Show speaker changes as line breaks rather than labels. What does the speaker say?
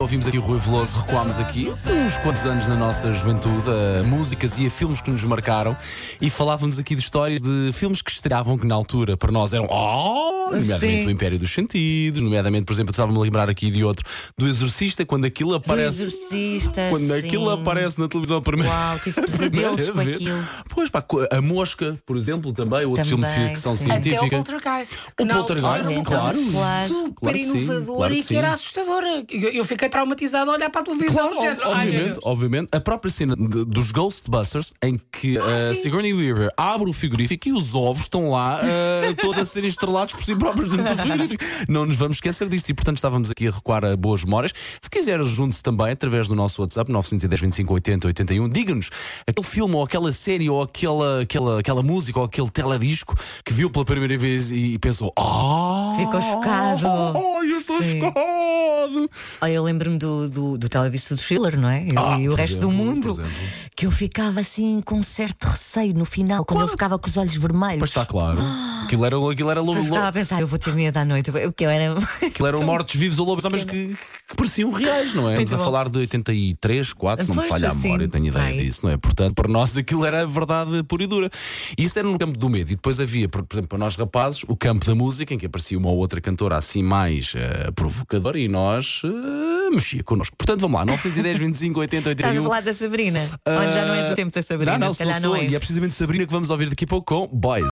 ouvimos aqui o Rui Veloso, recuámos aqui uns quantos anos na nossa juventude, a músicas e a filmes que nos marcaram e falávamos aqui de histórias de filmes que estreavam que na altura para nós eram oh, nomeadamente
Sim.
do Império dos Sentidos, nomeadamente, por exemplo, estava-me a lembrar aqui de outro, do Exorcista, quando aquilo
Do
aparece.
exorcista.
Quando
sim.
aquilo aparece na televisão para mim.
Uau, tive pesadelos com aquilo.
Pois pá, co- a mosca, por exemplo, também, outro filme de
Também,
ficção
sim.
Até o
científica.
Poltergeist.
O
que na
Poltergeist,
altura era
Olha,
uma
então,
claro.
claro.
super
que sim,
inovador
claro
e
que
que,
sim.
era assustadora. Eu, eu fiquei traumatizado a olhar para a televisão.
Claro,
do é um género,
ob-
"Ai, meu
obviamente,
Deus."
obviamente. A própria cena de- dos Ghostbusters, em que
Ah,
a Sigourney Weaver abre o frigorífico e os ovos estão lá ah, todos a serem estrelados por si próprios dentro do frigorífico. Não nos vamos esquecer disto e, portanto, estávamos aqui a recuar a boas memórias. Se quiser, junte-se também através do nosso WhatsApp 910 25 80 81. Diga-nos aquele filme ou aquela série ou aquela, aquela, aquela música ou aquele teledisco que viu pela primeira vez e, e pensou: Ah!
Ficou chocado.
Oh, eu estou
Sim.
chocado!
Olha, eu lembro-me do, do, do teledisco do Schiller, não é? Eu
Ah,
e o
por
resto do
exemplo,
mundo.
por exemplo.
Que eu ficava assim com um certo receio no final, quando eu ficava com os olhos vermelhos.
Pois está claro.
Ah.
Aquilo era, aquilo era
Eu
lobo,
ficava a pensar, eu vou ter medo à noite. O que eu era.
aquilo eram mortos-vivos ou lobisomens que, que pareciam reais, não é? Estamos a
bom.
falar de 83, 4, se não me
Pois,
falha a
assim,
memória, tenho ideia
vai.
disso, não é? Portanto, para nós aquilo era a verdade pura e dura. E isso era no campo do medo. E depois havia, por, por exemplo, para nós rapazes, o campo da música, em que aparecia uma ou outra cantora assim mais eh, provocadora e nós eh, mexia connosco. Portanto, vamos lá, 910, 25, 80,
Estás a
81.
falar da Sabrina? Onde já não és do tempo da Sabrina?
Ah, Eh, Não, não,
se
sou,
calhar
sou. é
não és.
E é precisamente Sabrina que vamos ouvir daqui a pouco com Boys.